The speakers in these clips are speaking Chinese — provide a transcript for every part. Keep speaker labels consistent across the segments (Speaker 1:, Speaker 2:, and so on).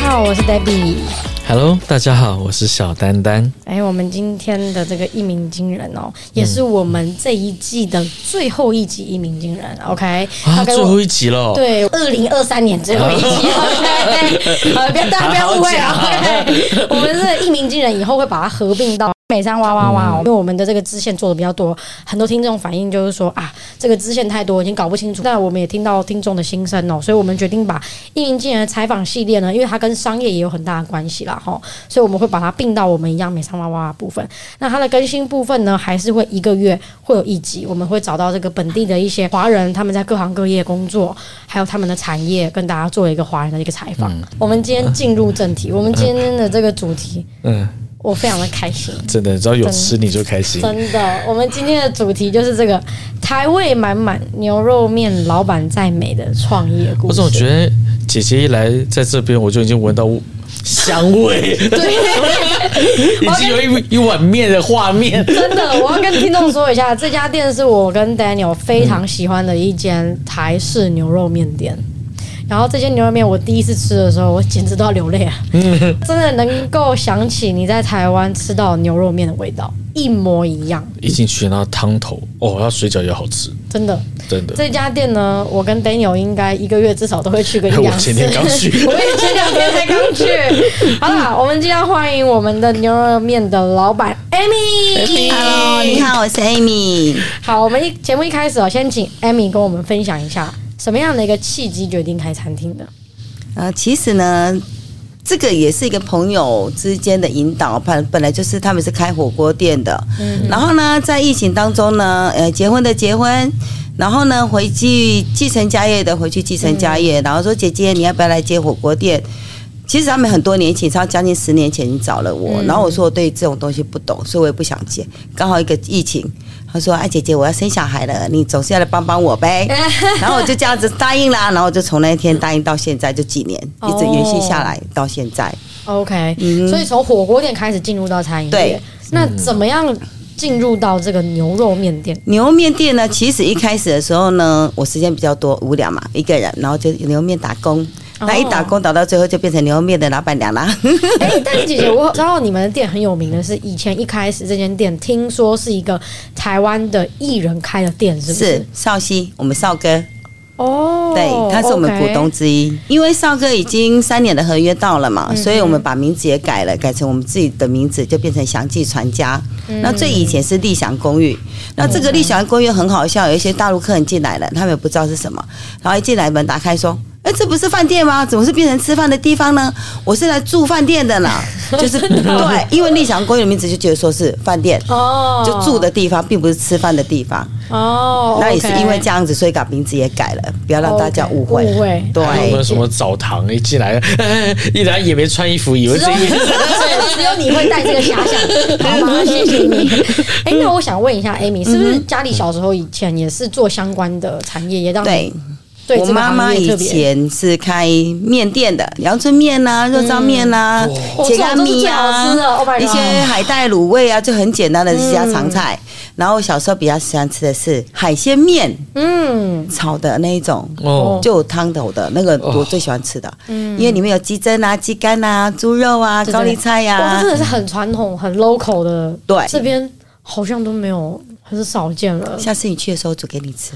Speaker 1: 好，我是 Debbie。
Speaker 2: Hello，大家好，我是小丹丹。
Speaker 1: 哎，我们今天的这个一鸣惊人哦，也是我们这一季的最后一集一鸣惊人。OK，
Speaker 2: 啊，
Speaker 1: OK，
Speaker 2: 最
Speaker 1: 我
Speaker 2: 后一集了，
Speaker 1: 对，二零二三年最后一集 ，OK，好，不要大家不要误会
Speaker 2: 好
Speaker 1: 啊，OK，我们是一鸣惊人，以后会把它合并到美商哇哇
Speaker 2: 嗯
Speaker 1: 哇哦，因为我们的这个支线做的比较多，很多听众反映就是说啊，这个支线太多，已经搞不清楚。那我们也听到听众的心声哦，所以我们决定把一鸣惊人的采访系列呢，因为它跟商业也有很大的关系啦哈，所以我们会把它并到我们一样美商哇哇哇的部分。那它的更新部分呢，还是会一个月会有一集，我们会找到这个本地的一些华人，他们在各行各业工作，还有他们的产业，跟大家做一个华人的一个采访。
Speaker 2: 嗯
Speaker 1: 我们今天进入正题，我们今天的这个主题，
Speaker 2: 嗯，
Speaker 1: 我非常的开心。
Speaker 2: 真的，只要 有吃你就开心。
Speaker 1: 真的，我们今天的主题就是这个台味满满牛肉面老板在美的创业故
Speaker 2: 我
Speaker 1: 事。
Speaker 2: 总觉得姐姐一来在这边，我就已经闻到香 味，已经有一一碗面的画面。
Speaker 1: 真的，我要跟听众说一下，这家店是我跟 Daniel 非常喜欢的一间台式牛肉面店。然后这间牛肉面，我第一次吃的时候，我简直都要流泪了。
Speaker 2: 嗯
Speaker 1: 真的能够想起你在台湾吃到牛肉面的味道，一模一样，
Speaker 2: 一进去，然后汤头，哦，它水饺也好吃，
Speaker 1: 真的。
Speaker 2: 真的。
Speaker 1: 这家店呢，我跟 Daniel 应该一个月至少都会去个一
Speaker 2: 哎我
Speaker 1: 两次。
Speaker 2: 前天刚 去
Speaker 1: 我也前两天才刚去。好啦，我们今天欢迎我们的牛肉面的老板 Amy。
Speaker 3: Hello，你。好，我是 Amy。
Speaker 1: 好，我们一节目一开始哦，先请 Amy 跟我们分享一下什么样的一个契机决定开餐厅的。
Speaker 3: 呃，其实呢，这个也是一个朋友之间的引导，本本来就是他们是开火锅店的，然后呢，在疫情当中呢，呃，结婚的结婚。然后呢，回去继承家业的回去继承家业，然后说姐姐，你要不要来接火锅店？其实他们很多年前，超将近十年前已经找了我，然后我说我对这种东西不懂，所以我也不想接。刚好一个疫情，他说：“哎，姐姐，我要生小孩了，你总是要来帮帮我呗。”然后我就这样子答应啦，然后我就从那一天答应到现在，就几年一直延续下来到现在。
Speaker 1: OK，、
Speaker 3: 嗯
Speaker 1: 所以从火锅店开始进入到餐饮业
Speaker 3: 对，
Speaker 1: 那怎么样进入到这个牛肉面店？
Speaker 3: 牛肉面店呢，其实一开始的时候呢，我时间比较多，无聊嘛，一个人，然后就牛肉面打工。
Speaker 1: 哦
Speaker 3: 那一打工打到最后就变成牛肉面的老板娘啦。
Speaker 1: 哎、但是姐姐，我知道你们的店很有名的是，以前一开始这间店听说是一个台湾的艺人开的店，是不是？
Speaker 3: 是少熙，我们少哥，
Speaker 1: 哦，
Speaker 3: 对，他是我们股东
Speaker 1: OK。
Speaker 3: 之一。因为少哥已经三年的合约到了
Speaker 1: 嗯
Speaker 3: 嘛，所以我们把名字也改了，改成我们自己的名字，就变成祥记传家。
Speaker 1: 嗯
Speaker 3: 那最以前是立祥公寓，那这个立祥公寓很好笑，有一些大陆客人进来了，他们也不知道是什么，然后一进来门打开说。哎，这不是饭店吗？怎么是变成吃饭的地方呢？我是来住饭店 的啦，就是对，因为立祥公寓的名字就觉得说是饭店，
Speaker 1: 哦，
Speaker 3: 就住的地方，并不是吃饭的地方。
Speaker 1: 哦，
Speaker 3: 那也是
Speaker 1: OK 哦
Speaker 3: 因为这样子，所以把名字也改了，不要让大家误会。
Speaker 1: OK，误会嗯
Speaker 2: 还有没有
Speaker 3: 对，
Speaker 2: 什么澡堂？一进来， 一来也没穿衣服，以为自
Speaker 1: 啊
Speaker 2: 己
Speaker 1: 只有你会带这个遐想，好吗？谢谢你。哎、那我想问一下，Amy，是不
Speaker 3: 嗯
Speaker 1: 是家里小时候以前也是做相关的产业，也让你
Speaker 3: 对
Speaker 1: 对
Speaker 3: 我
Speaker 1: 这个
Speaker 3: 妈妈
Speaker 1: 行业
Speaker 3: 以
Speaker 1: 特别？
Speaker 3: 前是开面店的，阳春面呐、肉燥面呐、
Speaker 1: 哇
Speaker 3: 茄干
Speaker 1: 嗯
Speaker 3: 米
Speaker 1: 哦这种都是最好吃的，Oh my
Speaker 3: 啊，
Speaker 1: god
Speaker 3: 一些海带卤味啊，就很简单的家常菜。然后我小时候比较喜欢吃的是海鲜面，
Speaker 1: 嗯，
Speaker 3: 炒的那一种。
Speaker 2: 哦，
Speaker 3: 就有汤头的那个，我最喜欢吃的，因为里面有鸡胗啊、鸡肝啊、猪肉
Speaker 1: 嗯
Speaker 3: 啊、
Speaker 1: 对哦
Speaker 3: 高丽菜呀、
Speaker 1: 哇，这真的是很传统、很 local 的。
Speaker 3: 对
Speaker 1: 这边好像都没有，很少见了。
Speaker 3: 下次你去的时候煮给你吃，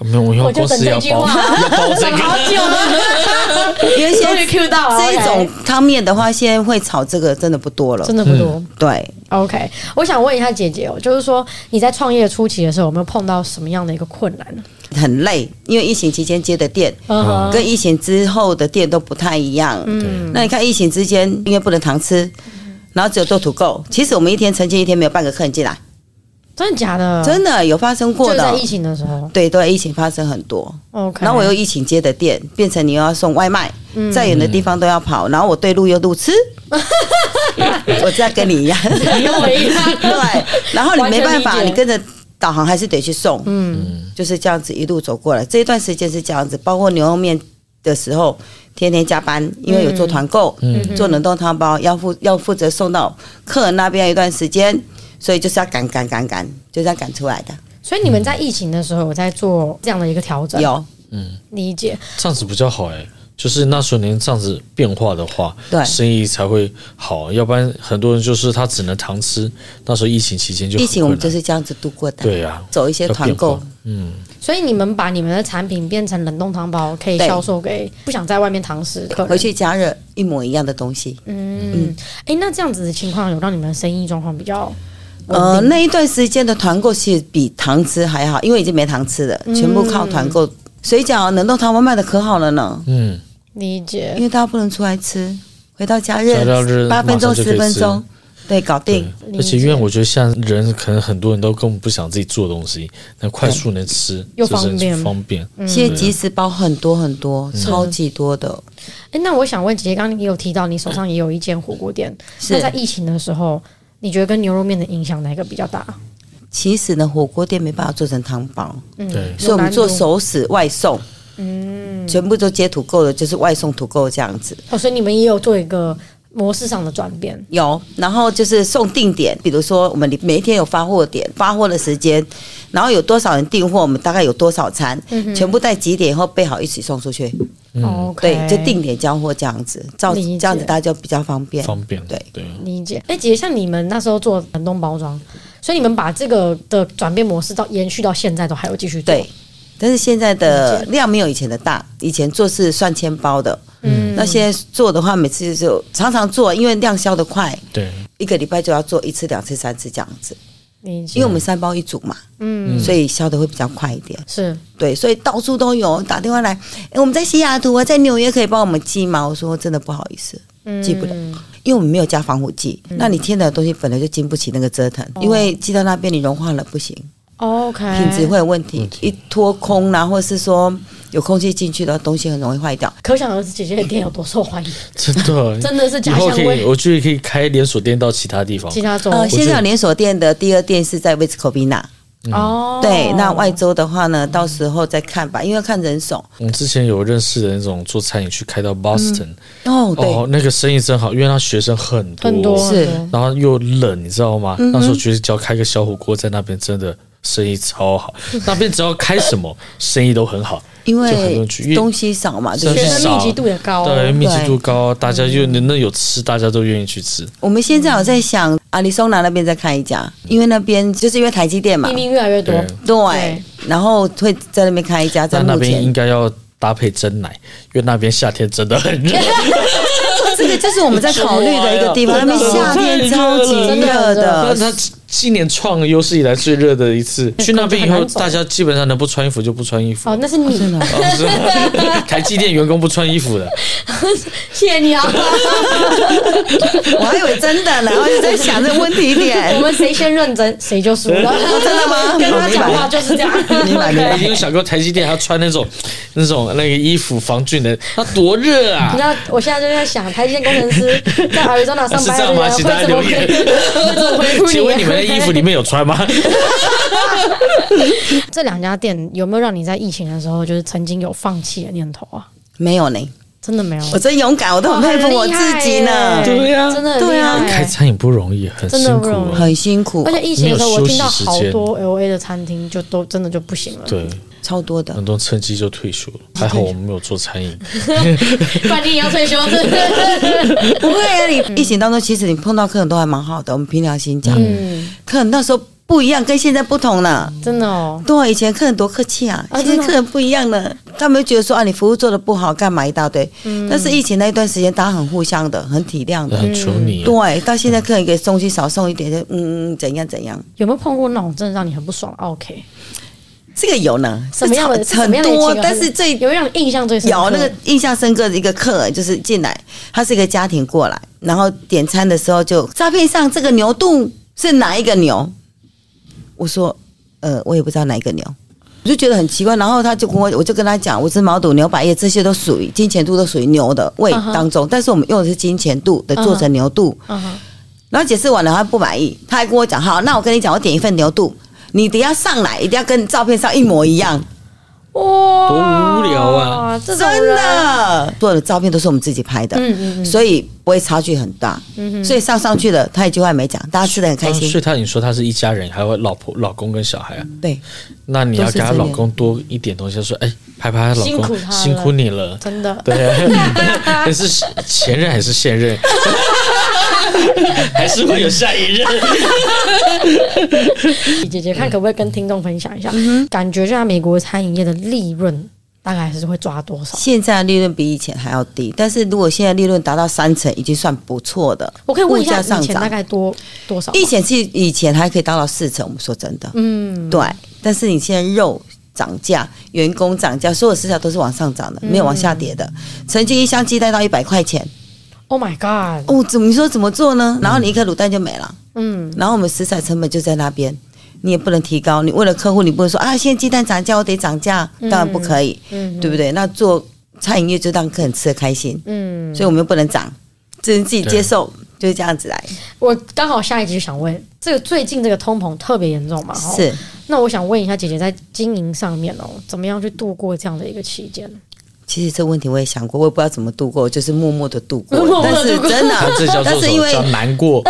Speaker 2: 没有，我用
Speaker 1: 我就
Speaker 2: 公
Speaker 1: 等
Speaker 2: 司
Speaker 1: 这
Speaker 2: 要
Speaker 1: 句
Speaker 2: 包，
Speaker 1: 话，
Speaker 2: 要包这
Speaker 1: 等
Speaker 2: 个。
Speaker 1: 好久了，
Speaker 3: 因为
Speaker 1: 终于
Speaker 3: 现
Speaker 1: Q 到了
Speaker 3: 在这
Speaker 1: OK
Speaker 3: 种汤面的话，现在会炒这个真的不多了。
Speaker 1: 真的不多。
Speaker 2: 嗯
Speaker 3: 对，
Speaker 1: OK，我想问一下姐姐哦，就是说你在创业初期的时候，有没有碰到什么样的一个困难？
Speaker 3: 很累，因为疫情期间接的店。
Speaker 1: 嗯哼
Speaker 3: 跟疫情之后的店都不太一样，嗯，那你看疫情之间，因为不能堂吃，
Speaker 1: 嗯
Speaker 3: 然后只有做土购。其实我们一天曾经一天没有半个客人进来，
Speaker 1: 真的假的？
Speaker 3: 真的有发生
Speaker 1: 嗯
Speaker 3: 过
Speaker 1: 就在
Speaker 3: 的
Speaker 1: 疫，情的时候。
Speaker 3: 对，都在疫情发生很多。
Speaker 1: OK，
Speaker 3: 然后我又疫情接的店，变成你又要送外卖，
Speaker 1: 嗯
Speaker 3: 再远的地方都要跑，然后我对路又 路痴，我这样跟你一样，
Speaker 1: 跟我 一样
Speaker 3: 对，然后你没办
Speaker 1: 完
Speaker 3: 法，
Speaker 1: 全理解
Speaker 3: 你跟着导航还是得去送，嗯，就是这样子一路走过来。这一段时间是这样子，包括牛肉面的时候，天天加班，因为有做团购，
Speaker 1: 嗯
Speaker 3: 做冷冻汤包，要负要负责送到客人那边一段时间，所以就是要赶赶赶赶，就这样赶出来的。
Speaker 1: 所以你们在疫情的时候有在做这样的一个调整，
Speaker 3: 嗯有
Speaker 1: 理解？
Speaker 2: 这样子比较好哎、就是那水能这样子变化的话，
Speaker 3: 对
Speaker 2: 生意才会好。要不然很多人就是他只能糖吃。那时候疫情期间就很
Speaker 3: 疫情我们
Speaker 2: 困
Speaker 3: 就
Speaker 2: 难
Speaker 3: 是这样子度过的，
Speaker 2: 对呀、
Speaker 3: 走一些
Speaker 2: 要
Speaker 3: 团
Speaker 2: 变
Speaker 3: 购
Speaker 2: 化，嗯，
Speaker 1: 所以你们把你们的产品变成冷冻汤包，可以
Speaker 3: 对
Speaker 1: 销售给不想在外面堂食的客人。
Speaker 3: 回去加热一模一样的东西。
Speaker 1: 嗯，哎、那这样子的情况有让你们生意状况比较稳
Speaker 3: 呃，
Speaker 1: 定？
Speaker 3: 那一段时间的团购其实比糖吃还好，因为已经没糖吃了，全部靠团购。水饺、冷冻汤包卖的可好了呢，
Speaker 2: 嗯，
Speaker 1: 理
Speaker 3: 因
Speaker 1: 解。
Speaker 3: 为大家不能出来吃，回到家
Speaker 2: 回到家
Speaker 3: 热
Speaker 2: 热
Speaker 3: 八分钟、
Speaker 2: 马上就可以
Speaker 3: 十分
Speaker 2: 吃
Speaker 3: 钟，对，搞定。
Speaker 1: 理
Speaker 2: 而且
Speaker 1: 解
Speaker 2: 因为我觉得像人，可能很多人都根本不想自己做东西，那快速能吃，
Speaker 1: 又
Speaker 2: 就是
Speaker 1: 方便
Speaker 2: 方便。
Speaker 3: 现在即食包很多很多，超级多的。
Speaker 1: 哎、那我想问姐姐，刚刚也有提到你手上也有一间火锅店，那在疫情的时候，你觉得跟牛肉面的影响哪一个比较大？
Speaker 3: 其实呢，火锅店没办法做成汤包，
Speaker 1: 嗯，
Speaker 2: 对
Speaker 1: 有
Speaker 3: 所以我们做
Speaker 1: 难度
Speaker 3: 手死外送，嗯，全部都接土购的，就是外送土购这样子。
Speaker 1: 哦，所以你们也有做一个模式上的转变。
Speaker 3: 有，然后就是送定点，比如说我们每一天有发货点、发货的时间，然后有多少人订货，我们大概有多少餐，全部在几点以后备好一起送出去。
Speaker 1: 嗯哦 OK，
Speaker 3: 嗯对，就定点交货这样子，照
Speaker 1: 理
Speaker 3: 这
Speaker 1: 解
Speaker 3: 样子大家就比较方便。
Speaker 2: 方便，
Speaker 3: 对
Speaker 2: 对，
Speaker 1: 理解。哎、姐姐，像你们那时候做冷冻包装，所以你们把这个的转变模式到延续到现在都还有继续做。
Speaker 3: 对，但是现在
Speaker 1: 理
Speaker 3: 的
Speaker 1: 解
Speaker 3: 量没有以前的大，以前做是算千包的，嗯，那现在做的话，每次就常常做，因为量销的快，
Speaker 2: 对，
Speaker 3: 一个礼拜就要做一次、两次、三次这样子，
Speaker 1: 理解。
Speaker 3: 因为我们三包一组嘛，嗯，所以销的会比较快一点。
Speaker 1: 是
Speaker 3: 对，所以到处都有打电话来，诶我们在西雅图啊，在纽约可以帮我们寄吗？我说真的不好意思，
Speaker 1: 嗯
Speaker 3: 寄不了。因为我们没有加防腐剂，那你天然的东西本来就经不起那个折腾，因为寄到那边你融化了不行，
Speaker 1: OK，
Speaker 3: 品质会有问题
Speaker 2: 问，题
Speaker 3: 一脱空啦，或是说有空气进去的东西很容易坏掉。
Speaker 1: 可想而知，姐姐的店有多受欢迎，
Speaker 2: 真的，
Speaker 1: 真的是
Speaker 2: 以
Speaker 1: 家
Speaker 2: 后
Speaker 1: 乡
Speaker 2: 可以，
Speaker 1: 味。
Speaker 2: 我觉得可以开连锁店到其他地方。
Speaker 1: 其他州、
Speaker 3: 呃，现
Speaker 2: 觉
Speaker 3: 在
Speaker 2: 得
Speaker 3: 有连锁店的第二店是在威斯科比纳，
Speaker 1: 哦，
Speaker 3: 对，那外州的话呢，到时候再看吧，因为要看人手。
Speaker 2: 我们之前有认识的那种做餐饮去开到 Boston，、
Speaker 3: 哦，
Speaker 2: 哦，
Speaker 3: 对，
Speaker 2: 那个生意真好，因为他学生很多，
Speaker 1: 很多
Speaker 3: 是
Speaker 1: 很多
Speaker 2: 然后又冷，你知道吗？
Speaker 3: 嗯
Speaker 2: 那时候觉得只要开个小火锅在那边，真的生意超好。那边只要开什 么，生意都很好，
Speaker 3: 因
Speaker 2: 就很多
Speaker 3: 为
Speaker 2: 人去因为
Speaker 3: 东西少嘛，对
Speaker 2: 真
Speaker 3: 不
Speaker 1: 学
Speaker 3: 对
Speaker 2: 是？
Speaker 1: 生密集度也高、
Speaker 2: 对，密集
Speaker 3: 啊对
Speaker 2: 度高，啊大家又能能有吃，大家都愿意去吃。
Speaker 3: 我们现在有在想，阿里松拿那边再开一家，因为那边就是因为台积电嘛
Speaker 1: 移，民越来越多
Speaker 2: 对，
Speaker 3: 对，然后会在那边开一家，在
Speaker 2: 但那
Speaker 3: 目
Speaker 2: 边应
Speaker 3: 前
Speaker 2: 该要搭配真奶，因为那边夏天真的很热。
Speaker 3: 这个就是 我们在考虑的一个地方，那边夏天超级
Speaker 1: 啊真的啊
Speaker 3: 热
Speaker 2: 那
Speaker 3: 的，
Speaker 2: 他今年创有史以来最热的一 次，去那边以
Speaker 1: 很
Speaker 2: 后，
Speaker 1: 难走
Speaker 2: 大家基本上能不穿衣服就不穿衣服
Speaker 1: 哦，。那是你，
Speaker 2: 哦是吗 台积电员工不穿衣服的，
Speaker 1: 谢谢你啊！
Speaker 3: 我还以为真的呢，我就在想这问 题
Speaker 1: 我
Speaker 3: 点。
Speaker 1: 们谁先认真谁就输了，
Speaker 3: 哎哦真的吗
Speaker 1: 跟他讲话
Speaker 3: 哦
Speaker 1: 就是这样。
Speaker 3: 明白明白
Speaker 2: 因为小哥台积电还要穿那种那种那个衣服防菌的，他多热
Speaker 1: 你
Speaker 2: 啊
Speaker 1: 知！道，我现在就在想，台积电工程师 在 Arizona 上班
Speaker 2: 是这
Speaker 1: 的
Speaker 2: 样吗？
Speaker 1: 人
Speaker 2: 请大
Speaker 1: 会
Speaker 2: 家
Speaker 1: 怎么
Speaker 2: 留
Speaker 1: 回
Speaker 2: 言
Speaker 1: 会怎么回复。啊
Speaker 2: 请问你们的衣服里面有穿吗？
Speaker 1: 这两家店有没有让你在疫情的时候，就是曾经有放弃的念头啊？
Speaker 3: 没有呢，
Speaker 1: 真的没有，
Speaker 3: 我真勇敢，我都很佩服我自己呢，
Speaker 2: 对呀
Speaker 1: 真的很
Speaker 3: 对啊
Speaker 1: 厉害
Speaker 2: 开餐饮不容易，很
Speaker 1: 真的
Speaker 2: 辛
Speaker 1: 不
Speaker 2: 苦
Speaker 1: 容易
Speaker 2: 啊。
Speaker 3: 很辛苦
Speaker 1: 而，且疫情的时候，
Speaker 2: 没
Speaker 1: 我
Speaker 2: 有休息
Speaker 1: 听到好
Speaker 2: 时间
Speaker 1: 多 L A 的餐厅就都真的就不行了，
Speaker 2: 对，
Speaker 3: 超多的
Speaker 2: 很。多趁机就退休了。
Speaker 1: 嗯
Speaker 2: 还好我们没有做餐饮，
Speaker 1: 不然你也要退休，真 的。
Speaker 3: 不会啊，你疫情当中，其实你碰到客人都还蛮好的，我们凭良心讲，
Speaker 1: 嗯
Speaker 3: 客人那时候不一样，跟现在不同了。
Speaker 1: 真的哦，
Speaker 3: 对，以前客人多客气啊，
Speaker 1: 啊
Speaker 3: 现
Speaker 1: 真的
Speaker 3: 在
Speaker 1: 哦
Speaker 3: 客人不一样了，他们就觉得说啊，你服务做的不好，干嘛一大堆。
Speaker 1: 嗯
Speaker 3: 但是疫情那一段时间，大家很互相的，很体谅的。
Speaker 2: 很求你。啊
Speaker 1: 啊
Speaker 3: 对，到现在客人给东西少送一点，就嗯嗯怎样怎样，
Speaker 1: 有没有碰过那种真的让你很不爽的？OK，哦
Speaker 3: 这个有呢，
Speaker 1: 什么样的
Speaker 3: 是很
Speaker 1: 什么样的情
Speaker 3: 多，
Speaker 1: 况
Speaker 3: 但是最
Speaker 1: 有没有让你印象最深刻？
Speaker 3: 有那个印象深刻的一个客人，就是进来，他是一个家庭过来，然后点餐的时候就照片上这个牛肚是哪一个牛？我说，呃，我也不知道哪一个牛，我就觉得很奇怪。然后他就跟我，我就跟他讲，我是毛肚、牛百叶这些都属于金钱肚，都属于牛的胃
Speaker 1: 嗯哼
Speaker 3: 当中但是我们用的是金钱肚的做成牛肚。
Speaker 1: 嗯哼，
Speaker 3: 然后解释完了，他不满意，他还跟我讲，好，那我跟你讲，我点一份牛肚，你等一下上来一定要跟照片上一模一样。
Speaker 1: 哇，
Speaker 2: 多无聊啊！
Speaker 1: 这种人
Speaker 3: 真，的，所有的照片都是我们自己拍的，
Speaker 1: 嗯嗯嗯嗯
Speaker 3: 所以不会差距很大。所以上上去了，他一句话也没讲，大家吃的很开
Speaker 2: 啊
Speaker 3: 心。
Speaker 2: 所以他你说他是一家人，还有老婆、老公跟小孩啊。
Speaker 3: 对，
Speaker 2: 那你要给她
Speaker 3: 都是这
Speaker 2: 老
Speaker 3: 样
Speaker 2: 公多一点东西，就说哎，拍拍她老
Speaker 1: 辛苦
Speaker 2: 公，
Speaker 1: 她了
Speaker 2: 辛苦你了。
Speaker 1: 真的，
Speaker 2: 对， 但是前任还是现任， 还是会有下一任。
Speaker 1: 姐姐看可不可以跟听众分享一下，
Speaker 3: 嗯
Speaker 1: 感觉现在美国餐饮业的利润大概是会抓多少？
Speaker 3: 现在利润比以前还要低，但是如果现在利润达到三成，已经算不错的。
Speaker 1: 我可以问一下，
Speaker 3: 物价上
Speaker 1: 以前大
Speaker 3: 涨，
Speaker 1: 概多多少吗？
Speaker 3: 以前是以前还可以达到四成，我们说真的，
Speaker 1: 嗯，
Speaker 3: 对。但是你现在肉涨价，员工涨价，所有食材都是往上涨的，
Speaker 1: 嗯
Speaker 3: 没有往下跌的。曾经一箱鸡蛋到一百块钱，
Speaker 1: ，Oh my God，
Speaker 3: 哦，怎么你说怎么做呢？然后你一颗卤蛋就没了。
Speaker 1: 嗯，
Speaker 3: 然后我们食材成本就在那边，你也不能提高。你为了客户，你不能说啊，现在鸡蛋涨价，我得涨价，当然不可以，
Speaker 1: 嗯
Speaker 3: 对不对？那做餐饮业就让客人吃的开心，
Speaker 1: 嗯，
Speaker 3: 所以我们又不能涨，只能自己
Speaker 2: 对
Speaker 3: 接受，就是这样子来。
Speaker 1: 我刚好下一集想问，这个最近这个通膨特别严重嘛？哦
Speaker 3: 是
Speaker 1: 那我想问一下姐姐，在经营上面哦，怎么样去度过这样的一个期间？
Speaker 3: 其实这问题我也想过，我也不知道怎么度过，我就是默默的度过。
Speaker 1: 默默
Speaker 3: 但
Speaker 1: 地
Speaker 3: 是
Speaker 1: 度过
Speaker 3: 真
Speaker 2: 他这
Speaker 3: 的，
Speaker 2: 叫
Speaker 3: 但
Speaker 2: 做
Speaker 3: 是
Speaker 2: 什
Speaker 3: 因
Speaker 2: 么？
Speaker 3: 为
Speaker 2: 叫难过。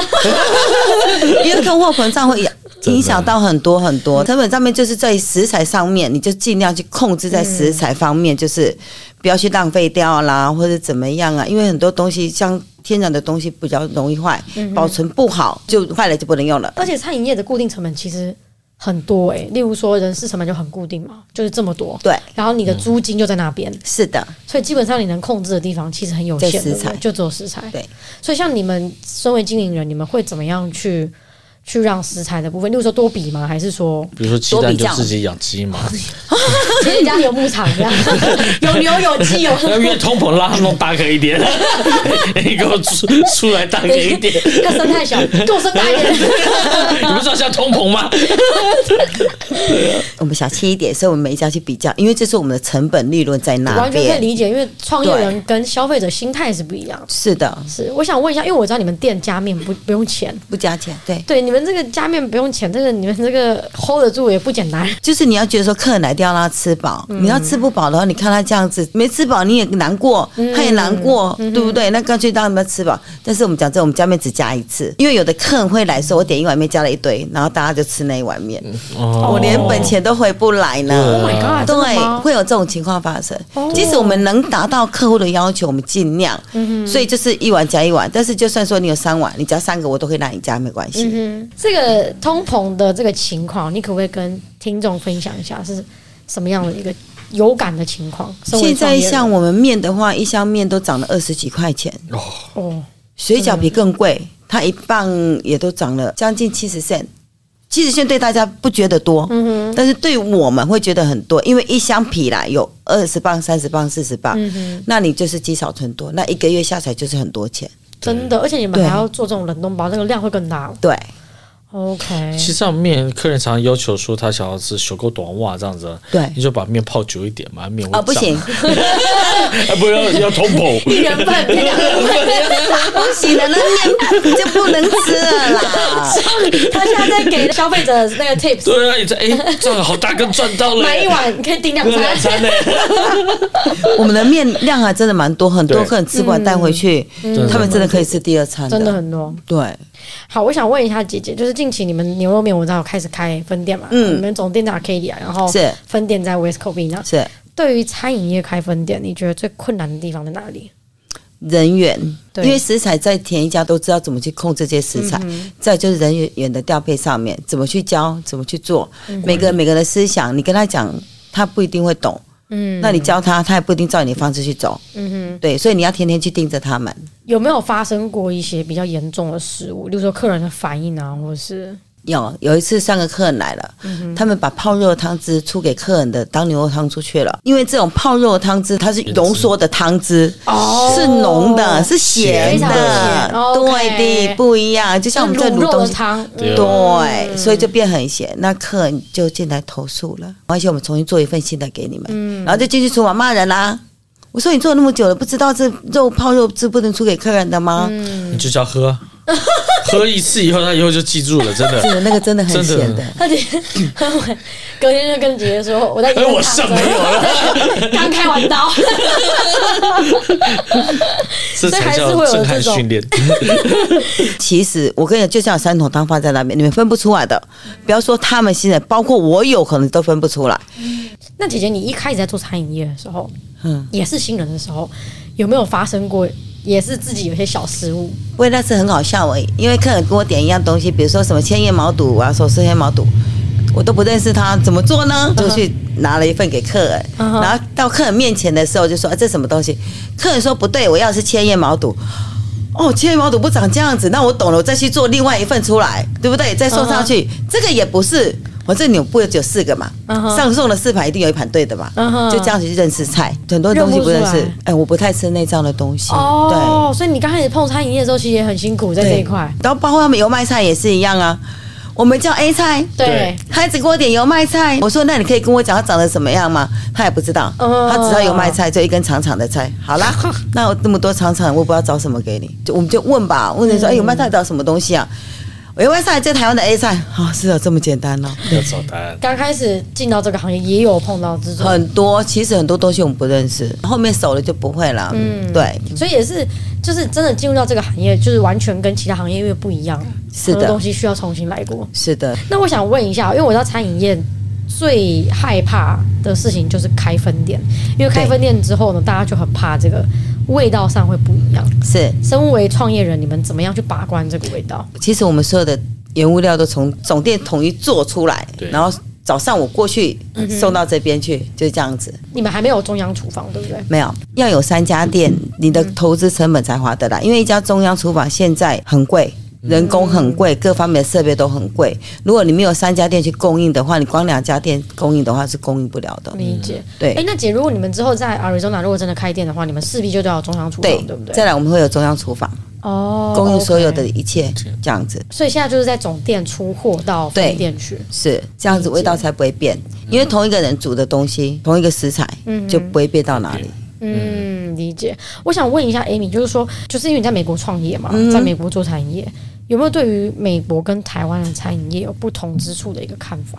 Speaker 3: 因为通货膨胀会影
Speaker 2: 真的嗯
Speaker 3: 影响到很多很多，成本上面就是在食材上面，你就尽量去控制在食材方面，就是不要去浪费掉啦，或者怎么样啊，因为很多东西像天然的东西比较容易坏，
Speaker 2: 嗯
Speaker 3: 保存不好就坏了就不能用了。
Speaker 1: 而且餐饮业的固定成本其实很多诶、例如说人事成本就很固定嘛，就是这么多。
Speaker 3: 对，
Speaker 1: 然后你的租金就在那边，
Speaker 3: 是的，
Speaker 1: 所以基本上你能控制的地方其实很有限，
Speaker 3: 在食
Speaker 1: 对不对
Speaker 3: 材
Speaker 1: 就只有食材。
Speaker 3: 对，
Speaker 1: 所以像你们身为经营人，你们会怎么样去去让食材的部分，例如说多比吗？还是说
Speaker 2: 比如说鸡蛋就自己养鸡嘛，
Speaker 1: 其实人家有牧场 这样，有牛有鸡有。
Speaker 2: 那越通膨拉弄大个一 点，哎你给我出出来大个一点，
Speaker 1: 要生太小，给我生大一点。
Speaker 2: 你不知道像通膨吗？
Speaker 3: 我们小气一点，所以我们每一家去比较，因为这是我们的成本利润在那
Speaker 1: 完全可以
Speaker 3: 边。
Speaker 1: 理解，因为创业人跟消费者心态是不一样。
Speaker 3: 是的，
Speaker 1: 是，我想问一下，因为我知道你们店加面不不用钱，
Speaker 3: 不加钱，对，
Speaker 1: 对，你们这个加面不用钱，这个你们这个 hold 得住也不简单。
Speaker 3: 就是你要觉得说客人来一定要让他吃饱，
Speaker 1: 嗯
Speaker 3: 你要吃不饱的话，你看他这样子没吃饱，你也难过，
Speaker 1: 嗯
Speaker 3: 他也难过，对不对？那干脆让他们吃饱。但是我们讲这，我们加面只加一次，因为有的客人会来说，我点一碗面加了一堆，然后大家就吃那一碗面，
Speaker 1: 嗯
Speaker 2: 哦
Speaker 3: 我连本钱都回不来
Speaker 2: 对
Speaker 1: Oh
Speaker 3: 呢。
Speaker 1: my god！真的
Speaker 3: 对，
Speaker 1: 吗
Speaker 3: 会有这种情况发生
Speaker 1: 哦。
Speaker 3: 即使我们能达到客户的要求，我们尽量。
Speaker 1: 嗯
Speaker 3: 所以就是一碗加一碗，但是就算说你有三碗，你加三个，我都会让你加，没关系。
Speaker 1: 嗯哼，这个通膨的这个情况，你可不可以跟听众分享一下是什么样的一个有感的情况？身为
Speaker 3: 现
Speaker 1: 创
Speaker 3: 在
Speaker 1: 业人
Speaker 3: 像我们面的话，一箱面都涨了二十几块钱。
Speaker 1: 哦，
Speaker 3: 水饺比更贵，它一磅也都涨了将近七十 cent。七十 cent 对大家不觉得多，
Speaker 1: 嗯
Speaker 3: 但是对我们会觉得很多，因为一箱皮啦有二十磅、三十磅、四十磅，
Speaker 1: 嗯哼，
Speaker 3: 那你就是积少成多，那一个月下来就是很多钱。
Speaker 1: 真的，而且你们
Speaker 3: 对
Speaker 1: 还要做这种冷冻包，那个量会更大。哦
Speaker 3: 对，
Speaker 1: OK，
Speaker 2: 其实上面客人常常要求说他想要吃小狗短袜这样子，
Speaker 3: 对
Speaker 2: 你就把面泡久一点嘛，面会
Speaker 3: 啊、不
Speaker 2: 胀
Speaker 3: 行，
Speaker 2: 啊不要要通膨，
Speaker 1: 人份 变两人
Speaker 3: 不 行了，那面就不能吃了 啦。
Speaker 1: 份，他现在在给消费者那个 tips，
Speaker 2: 对啊，你这哎赚了好大个赚到了，
Speaker 1: 买一碗可以顶两
Speaker 2: 这两
Speaker 1: 餐。
Speaker 2: 餐呢，
Speaker 3: 我们的面量啊还真的蛮多，很多
Speaker 2: 对
Speaker 3: 客人吃不完带回去，
Speaker 2: 嗯
Speaker 3: 他们真的可以吃第二餐
Speaker 1: 真的很多。
Speaker 3: 对，
Speaker 1: 好，我想问一下姐姐，就是近期你们牛肉面我知道有开始开分店嘛？
Speaker 3: 嗯
Speaker 1: 你们总店在 Arcadia，然后
Speaker 3: 是
Speaker 1: 分店在 West Covina。
Speaker 3: 是
Speaker 1: 对于餐饮业开分店，你觉得最困难的地方在哪里？
Speaker 3: 人员，
Speaker 1: 对嗯
Speaker 3: 因为食材在田一家都知道怎么去控制这些食材，再就是人员的调配上面，怎么去教，怎么去做，
Speaker 1: 嗯
Speaker 3: 每个人每个人的思想，你跟他讲，他不一定会懂，
Speaker 1: 嗯，
Speaker 3: 那你教他，他也不一定照你的方式去走，
Speaker 1: 嗯
Speaker 3: 对，所以你要天天去盯着他们。
Speaker 1: 哼，有没有发生过一些比较严重的失误，例如说客人的反应啊，或者是
Speaker 3: 有有一次三个客人来了，
Speaker 1: 嗯
Speaker 3: 他们把泡肉汤汁出给客人的当牛肉汤出去了，因为这种泡肉汤汁它是浓缩的汤汁，
Speaker 1: 哦
Speaker 3: 是浓的，是咸
Speaker 2: 非常
Speaker 1: 咸
Speaker 3: 的，
Speaker 1: ，OK
Speaker 3: 对的，不一样。就像我们在
Speaker 1: 卤
Speaker 3: 卤
Speaker 1: 肉
Speaker 3: 东
Speaker 1: 的
Speaker 3: 西，
Speaker 1: 汤？
Speaker 2: 对
Speaker 3: 对，所以就变很咸。那客人就进来投诉了，而且我们重新做一份新的给你们，然后就进去厨房骂人啦、啊我说
Speaker 2: 嗯
Speaker 3: 你嗯做了那么久了，不知道这肉泡肉汁不能出给客人的吗？
Speaker 2: 你就叫喝，喝一次以后，他以后就记住了，真
Speaker 3: 真
Speaker 2: 的。
Speaker 3: 的那个真的很
Speaker 2: 真的
Speaker 3: 咸的。
Speaker 1: 他直接喝完， 隔天就跟姐姐说：“我在医
Speaker 2: 哎，
Speaker 1: 院
Speaker 2: 我
Speaker 1: 躺
Speaker 2: 肾
Speaker 1: 着
Speaker 2: 没有 了，
Speaker 1: 刚开完刀。
Speaker 2: 这
Speaker 1: 所
Speaker 2: 才
Speaker 1: 以还是
Speaker 2: 叫
Speaker 1: 会有
Speaker 2: 震撼
Speaker 1: 这种
Speaker 2: 训 练。
Speaker 3: 其实我跟你讲，就像有三桶汤放在那边，你们分不出来的。不要说他们现在，包括我有可能都分不出来。”
Speaker 1: 那姐姐，你一开始在做餐饮业的时候，
Speaker 3: 嗯
Speaker 1: 也是新人的时候，有没有发生过也是自己有些小失误？
Speaker 3: 不过那次很好笑而已，因为客人跟我点一样东西，比如说什么千叶毛肚啊，手撕黑毛肚，我都不认识他，怎么做呢？就去拿了一份给客人，
Speaker 1: 嗯哼
Speaker 3: 然后到客人面前的时候就说、啊、这什么东西？客人说不对，我要的是千叶毛肚。哦，千叶毛肚不长这样子，那我懂了，我再去做另外一份出来，对不对？
Speaker 1: 嗯
Speaker 3: 再送上去这个也不是，我这纽布只有四个嘛
Speaker 1: 嗯哼
Speaker 3: 上送了四盘一定有一盘对的嘛
Speaker 1: 嗯哼
Speaker 3: 就这样子去认识菜，很多东西不认
Speaker 1: 认
Speaker 3: 识
Speaker 1: 不出来。
Speaker 3: 哎，我不太吃内脏的东西，对。
Speaker 1: 哦，所以你刚开始碰餐饮业的时候，其实也很辛苦在
Speaker 3: 对
Speaker 1: 这一块。
Speaker 3: 然后包括他们油麦菜也是一样啊。我们叫 A 菜，
Speaker 1: 对，
Speaker 3: 他一直给我点油麦菜，我说那你可以跟我讲它长得什么样吗？他也不知道，
Speaker 1: 哦
Speaker 3: 他只知道油麦菜就一根长长的菜。好 啦，那我这么多长长，我也不知道找什么给你，就我们就问吧，问
Speaker 1: 嗯
Speaker 3: 人说，哎、油麦菜找什么东西啊？油麦菜就台湾的 A 菜，啊、是啊，这么简单哦。
Speaker 2: 要找答案。
Speaker 1: 刚开始进到这个行业，也有碰到这种，
Speaker 3: 很多其实很多东西我们不认识，后面熟了就不会了。嗯，对，
Speaker 1: 所以也是就是真的进入到这个行业，就是完全跟其他行业因为不一样，
Speaker 3: 是
Speaker 1: 很多
Speaker 3: 的
Speaker 1: 东，西需要重新来过。
Speaker 3: 是的。
Speaker 1: 那我想问一下，因为我知道餐饮业最害怕的事情就是开分店，因为开分店之后呢，大家就很怕这个味道上会不一样。
Speaker 3: 是，
Speaker 1: 身为创业人，你们怎么样去把关这个味道？
Speaker 3: 其实我们所有的原物料都从总店统一做出来
Speaker 2: 对，
Speaker 3: 然后早上我过去
Speaker 1: 嗯
Speaker 3: 送到这边去，就是这样子。
Speaker 1: 你们还没有中央厨房，对不对？
Speaker 3: 没有，要有三家店，你的投资成本才划得
Speaker 1: 嗯
Speaker 3: 来，因为一家中央厨房现在很贵。人工很贵，各方面的设备都很贵。如果你没有三家店去供应的话，你光两家店供应的话是供应不了的。
Speaker 1: 理解。
Speaker 3: 对
Speaker 1: 哎，那姐，如果你们之后在 Arizona 如果真的开店的话，你们势必就都要有中央厨房，
Speaker 3: 对
Speaker 1: 对不，对？
Speaker 3: 再来我们会有中央厨房
Speaker 1: 哦，
Speaker 3: 供应所有的
Speaker 1: OK
Speaker 3: 一切，这样子。
Speaker 1: 所以现在就是在总店出货到分店去。
Speaker 3: 是这样子，
Speaker 1: 理解
Speaker 3: 味道才不会变。
Speaker 1: 嗯
Speaker 3: 因为同一个人煮的东西，同一个食材，就不会变到哪里。
Speaker 1: 嗯，理解。我想问一下 Amy，就是说，就是因为你在美国创业嘛，
Speaker 3: 嗯
Speaker 1: 在美国做餐饮业，有没有对于美国跟台湾的餐饮业有不同之处的一个看法？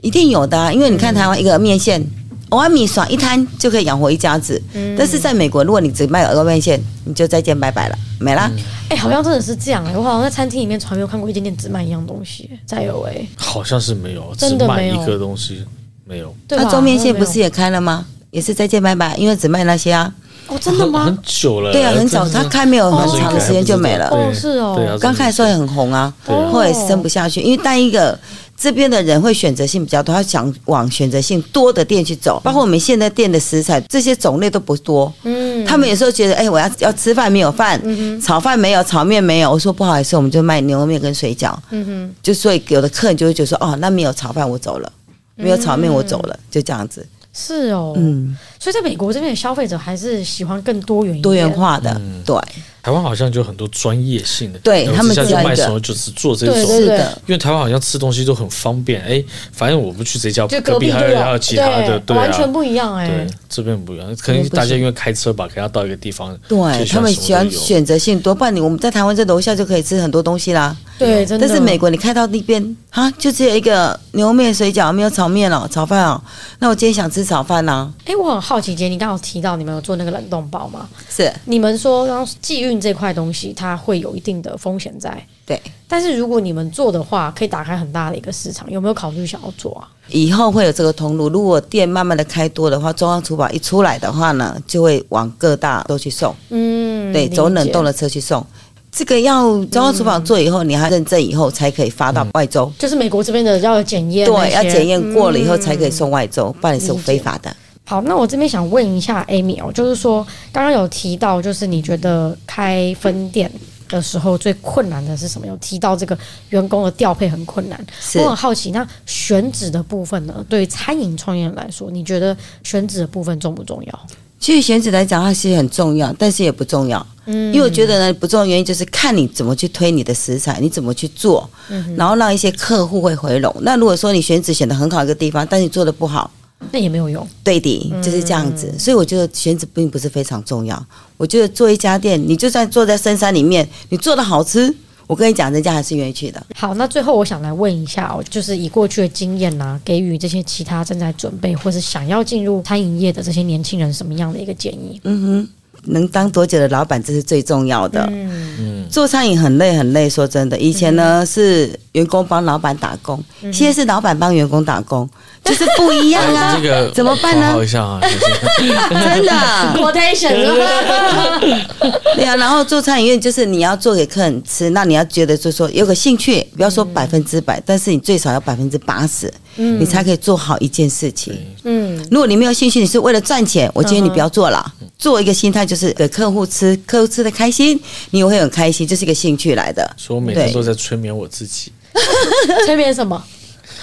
Speaker 3: 一定有的啊、因为你
Speaker 2: 嗯
Speaker 3: 看台湾一个面线，蚵仔米爽一摊就可以养活一家子。
Speaker 2: 嗯
Speaker 3: 但是在美国，如果你只卖鹅肉面线，你就再见拜拜了，没啦。
Speaker 2: 嗯
Speaker 1: 哎、好像真的是这样哎、我好像在餐厅里面从来没有看过一间店只卖一样东西、在有哎、
Speaker 2: 好像是没有，只
Speaker 1: 真的
Speaker 2: 卖
Speaker 1: 没有
Speaker 2: 一个东西，没有。
Speaker 1: 对吧？
Speaker 3: 那粥面线不是
Speaker 1: 也
Speaker 3: 也开了吗？也是再见拜拜，因为只卖那些啊。
Speaker 1: 哦，真的吗
Speaker 2: 很？久了，
Speaker 3: 对啊，很早，
Speaker 2: 真的
Speaker 3: 它
Speaker 2: 呃是
Speaker 3: 开没有很长的时间就没了。
Speaker 1: 哦是哦
Speaker 2: 对啊，
Speaker 3: 刚开始的时候也很红啊，
Speaker 2: 对啊
Speaker 3: 后来也撑不下去，因为单一个这边的人会选择性比较多，他想往选择性多的店去走，包括我们现在店的食材这些种类都不多。
Speaker 1: 嗯，
Speaker 3: 他们有时候觉得，哎、我要要吃饭没有饭，炒饭没有，炒面没有。我说不好意思，我们就卖牛肉面跟水饺。
Speaker 1: 嗯哼，
Speaker 3: 就所以有的客人就会觉得说，哦，那没有炒饭我走了，
Speaker 1: 嗯
Speaker 3: 没有炒面我走了，就这样子。
Speaker 1: 是哦，
Speaker 3: 嗯，
Speaker 1: 所以在美国这边的消费者还是喜欢更多元一点
Speaker 3: 多元，化的，
Speaker 2: 嗯
Speaker 3: 对，
Speaker 2: 台湾好像就很多专业性的，
Speaker 3: 对
Speaker 2: 然后
Speaker 3: 他们
Speaker 2: 之下
Speaker 3: 只要
Speaker 2: 就卖
Speaker 3: 一个
Speaker 2: 什么就只做这
Speaker 1: 对
Speaker 2: 种。
Speaker 1: 对
Speaker 3: 是
Speaker 1: 对
Speaker 3: 的。
Speaker 2: 因为台湾好像吃东西都很方便，哎，反正我不去这家，
Speaker 1: 就
Speaker 2: 隔
Speaker 1: 隔壁就
Speaker 2: 还有还有其他的，对
Speaker 1: 完全
Speaker 2: 啊，
Speaker 1: 不一样哎、
Speaker 2: 对，这边不一样，可能大家因为开车吧，可能要到一个地方，就
Speaker 3: 对他们喜欢
Speaker 2: 什么都有
Speaker 3: 选择性多，不然你我们在台湾这楼下就可以吃很多东西啦。
Speaker 1: 对，真的。
Speaker 3: 但是美国你开到那边啊，就只有一个牛肉面、水饺，没有炒面了、炒饭哦。那我今天想吃炒饭啊啦、
Speaker 1: 哎、我很好奇，姐，你刚好提到你们有做那个冷冻包嘛？
Speaker 3: 是
Speaker 1: 你们说，然后寄运这块东西，它会有一定的风险在。
Speaker 3: 对。
Speaker 1: 但是如果你们做的话，可以打开很大的一个市场，有没有考虑想要做啊？
Speaker 3: 以后会有这个通路。如果店慢慢的开多的话，中央厨房一出来的话呢，就会往各大都去送，
Speaker 1: 嗯，
Speaker 3: 对，走冷冻
Speaker 1: 了，
Speaker 3: 的车去送。这个要中央厨房做以后，你还认证以后才可以发到外州。
Speaker 1: 就是美国这边的要有检验那些，
Speaker 3: 对，要检验过了以后才可以
Speaker 1: 嗯
Speaker 3: 送外州，不然是
Speaker 1: 理解
Speaker 3: 非法的。
Speaker 1: 好，那我这边想问一下 Amy 哦，就是说刚刚有提到，就是你觉得开分店的时候最困难的是什么？有提到这个员工的调配很困难，
Speaker 3: 是
Speaker 1: 我很好奇，那选址的部分呢？对于餐饮创业人来说，你觉得选址的部分重不重要？
Speaker 3: 其实选址来讲，它其实很重要，但是也不重要。因为我觉得呢，不重要的原因就是看你怎么去推你的食材，你怎么去做，然后让一些客户会回笼。那如果说你选址选的很好一个地方，但你做的不好，
Speaker 1: 那也没有用，
Speaker 3: 对的，就是这样子。所以我觉得选址并不是非常重要。我觉得做一家店，你就算坐在深山里面，你做的好吃，我跟你讲，人家还是愿意去的。
Speaker 1: 好，那最后我想来问一下哦，就是以过去的经验呐、给予这些其他正在准备或是想要进入餐饮业的这些年轻人什么样的一个建议？
Speaker 3: 嗯哼，能当多久的老板，这是最重要的。
Speaker 1: 嗯
Speaker 3: 做餐饮很累很累，说真的，以前呢、是员工帮老板打工，现在是老板帮员工打工，就是不一样啊。
Speaker 2: 哎这个
Speaker 3: 怎么办
Speaker 2: 讨
Speaker 3: 呢
Speaker 2: 好一？下啊，就是
Speaker 3: 真的，
Speaker 1: ，quotation，
Speaker 3: 对啊。然后做餐饮业就是你要做给客人吃，那你要觉得就是说有个兴趣，不要说百分之百，但是你最少要百分之八十，你才可以做好一件事情。
Speaker 1: 嗯，
Speaker 3: 如果你没有兴趣，你是为了赚钱，我建议你
Speaker 1: 嗯哼
Speaker 3: 不要做了。做一个心态就是给客户吃，客户吃的开心，你也会很开心，这是一个兴趣来的。
Speaker 2: 所以我每天都在催眠我自 己。
Speaker 1: 催眠什么？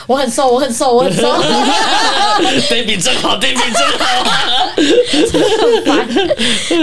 Speaker 1: 我很瘦，我很瘦，我很 瘦，
Speaker 2: Baby 真好，Baby 真好。
Speaker 1: 很烦。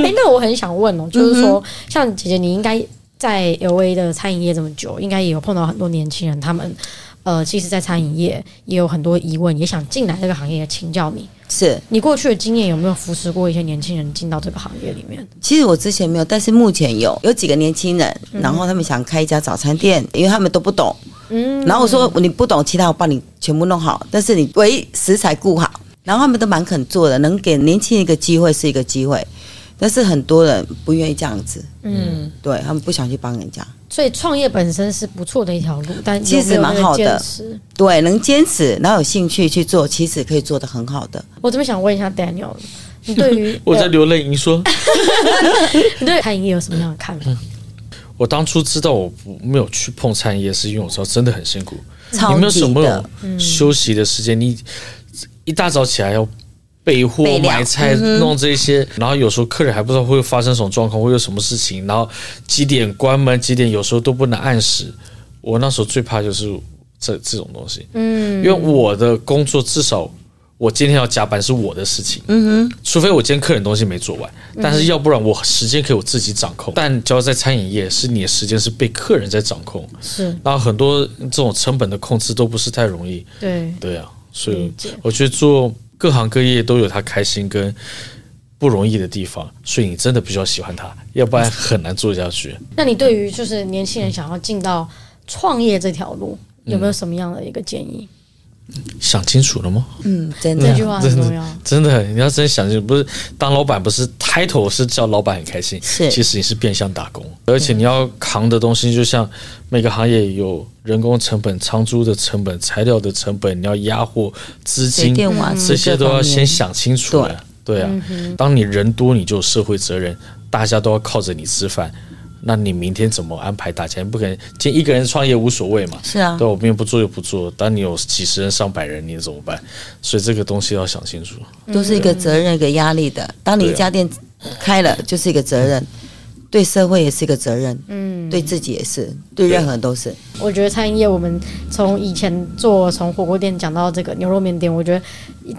Speaker 1: 哎、那我很想问
Speaker 3: 嗯
Speaker 1: 哦，就是说，像姐姐，你应该在 L A 的餐饮业这么久，应该也有碰到很多年轻人，他们呃，其实，在餐饮业也有很多疑问，也想进来这个行业，请教你。
Speaker 3: 是，
Speaker 1: 你过去的经验有没有扶持过一些年轻人进到这个行业里面？
Speaker 3: 其实我之前没有，但是目前有有几个年轻人，然后他们想开一家早餐店，因为他们都不懂。
Speaker 1: 嗯
Speaker 3: 然后我说你不懂，其他我帮你全部弄好，但是你唯食材顾好。然后他们都蛮肯做的，能给年轻人一个机会是一个机会，但是很多人不愿意这样子，
Speaker 1: 嗯，
Speaker 3: 对他们不想去帮人家。
Speaker 1: 所以创业本身是不错的一条路，但
Speaker 3: 其实
Speaker 1: 有没有那个
Speaker 3: 蛮好的
Speaker 1: 坚持
Speaker 3: 对，能坚持，然后有兴趣去做，其实可以做得很好的。
Speaker 1: 我这边想问一下 Daniel，你对于 呃
Speaker 2: 我在流泪盈说，
Speaker 1: 你对餐饮业有什么样的看法？
Speaker 2: 嗯我当初知道我不没有去碰餐饮业，是因为我知道真的很辛苦。
Speaker 1: 嗯
Speaker 3: 超级的嗯
Speaker 2: 你没有什么有休息的时间？你一大早起来要备货
Speaker 3: 备、料嗯
Speaker 2: 买菜、弄这些，然后有时候客人还不知道会发生什么状况，会有什么事情，然后几点关门，几点有时候都不能按时。我那时候最怕就是这这种东西，嗯，因为我的工作至少我今天要加班是我的事情，嗯哼，除非我今天客人东西没做完，但
Speaker 3: 嗯
Speaker 2: 是要不然我时间可以我自己掌控。但只要在餐饮业，是你的时间是被客人在掌控，
Speaker 1: 是
Speaker 2: 然后很多这种成本的控制都不是太容易，
Speaker 1: 对，
Speaker 2: 对啊，所以
Speaker 1: 理解
Speaker 2: 我觉得做各行各业都有他开心跟不容易的地方，所以你真的必须要喜欢它，要不然很难做下去。
Speaker 1: 那你对于就是年轻人想要进到创业这条路，有没有什么样的一个建议？
Speaker 2: 想清楚了吗？
Speaker 3: 嗯，真
Speaker 1: 啊这
Speaker 3: 的
Speaker 1: 句话很重要。
Speaker 2: 真的，你要真想清楚，不是当老板不是 title 是叫老板很开心，
Speaker 3: 是
Speaker 2: 其实你是变相打工，而且你要扛的东西，就像每个行业有人工成本、仓租的成本、材料的成本，你要压货、资
Speaker 3: 水
Speaker 2: 金，
Speaker 3: 电网嗯
Speaker 2: 这些都要先。想清楚
Speaker 3: 对
Speaker 2: 了。对啊，当你人多，你就有社会责任，大家都要靠着你吃饭。那你明天怎么安排大家？你不可能今天一个人创业无所谓嘛？
Speaker 3: 是啊
Speaker 2: 对，我们也不做就不做。当你有几十人、上百人，你怎么办？所以这个东西要想清楚。
Speaker 3: 都是一个责任、一个压力的。当你一家店开了，就是一个责任，对社会也是一个责任，嗯，对自己也是，对任何人都是。
Speaker 1: 我觉得餐饮业，我们从以前做从火锅店讲到这个牛肉面店，我觉得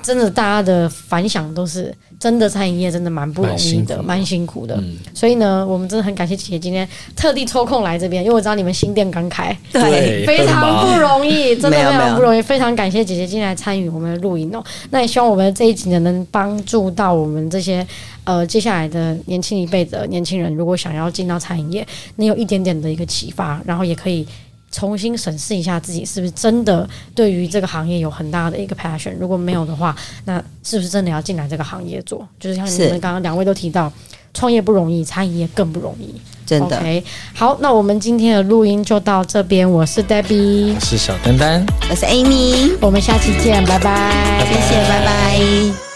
Speaker 1: 真的大家的反响都是真的餐饮业真的蛮不容易的，蛮
Speaker 2: 蛮
Speaker 1: 辛苦的。嗯所以呢，我们真的很感谢姐姐今天特地抽空来这边，因为我知道你们新店刚开。
Speaker 2: 对
Speaker 1: 非常不容易，真的
Speaker 3: 没有
Speaker 1: 非
Speaker 3: 没
Speaker 1: 常
Speaker 3: 有
Speaker 1: 不容易。非常感谢姐姐进来参与我们的录影哦。那也希望我们这一集呢，能帮助到我们这些呃接下来的年轻一辈的年轻人，如果想要进到餐饮业，能有一点点的一个启发，然后也可以。重新审视一下自己是不是真的对于这个行业有很大的一个 passion，如果没有的话，那是不是真的要进来这个行业做？就是像你
Speaker 3: 是
Speaker 1: 们刚刚两位都提到，创业不容易，餐饮业更不容易。
Speaker 3: 真的
Speaker 1: OK，好，那我们今天的录音就到这边，我是 Debbie，
Speaker 2: 我是小丹丹。
Speaker 3: 我是 Amy，
Speaker 1: 我们下期见，拜拜
Speaker 3: 谢谢，拜拜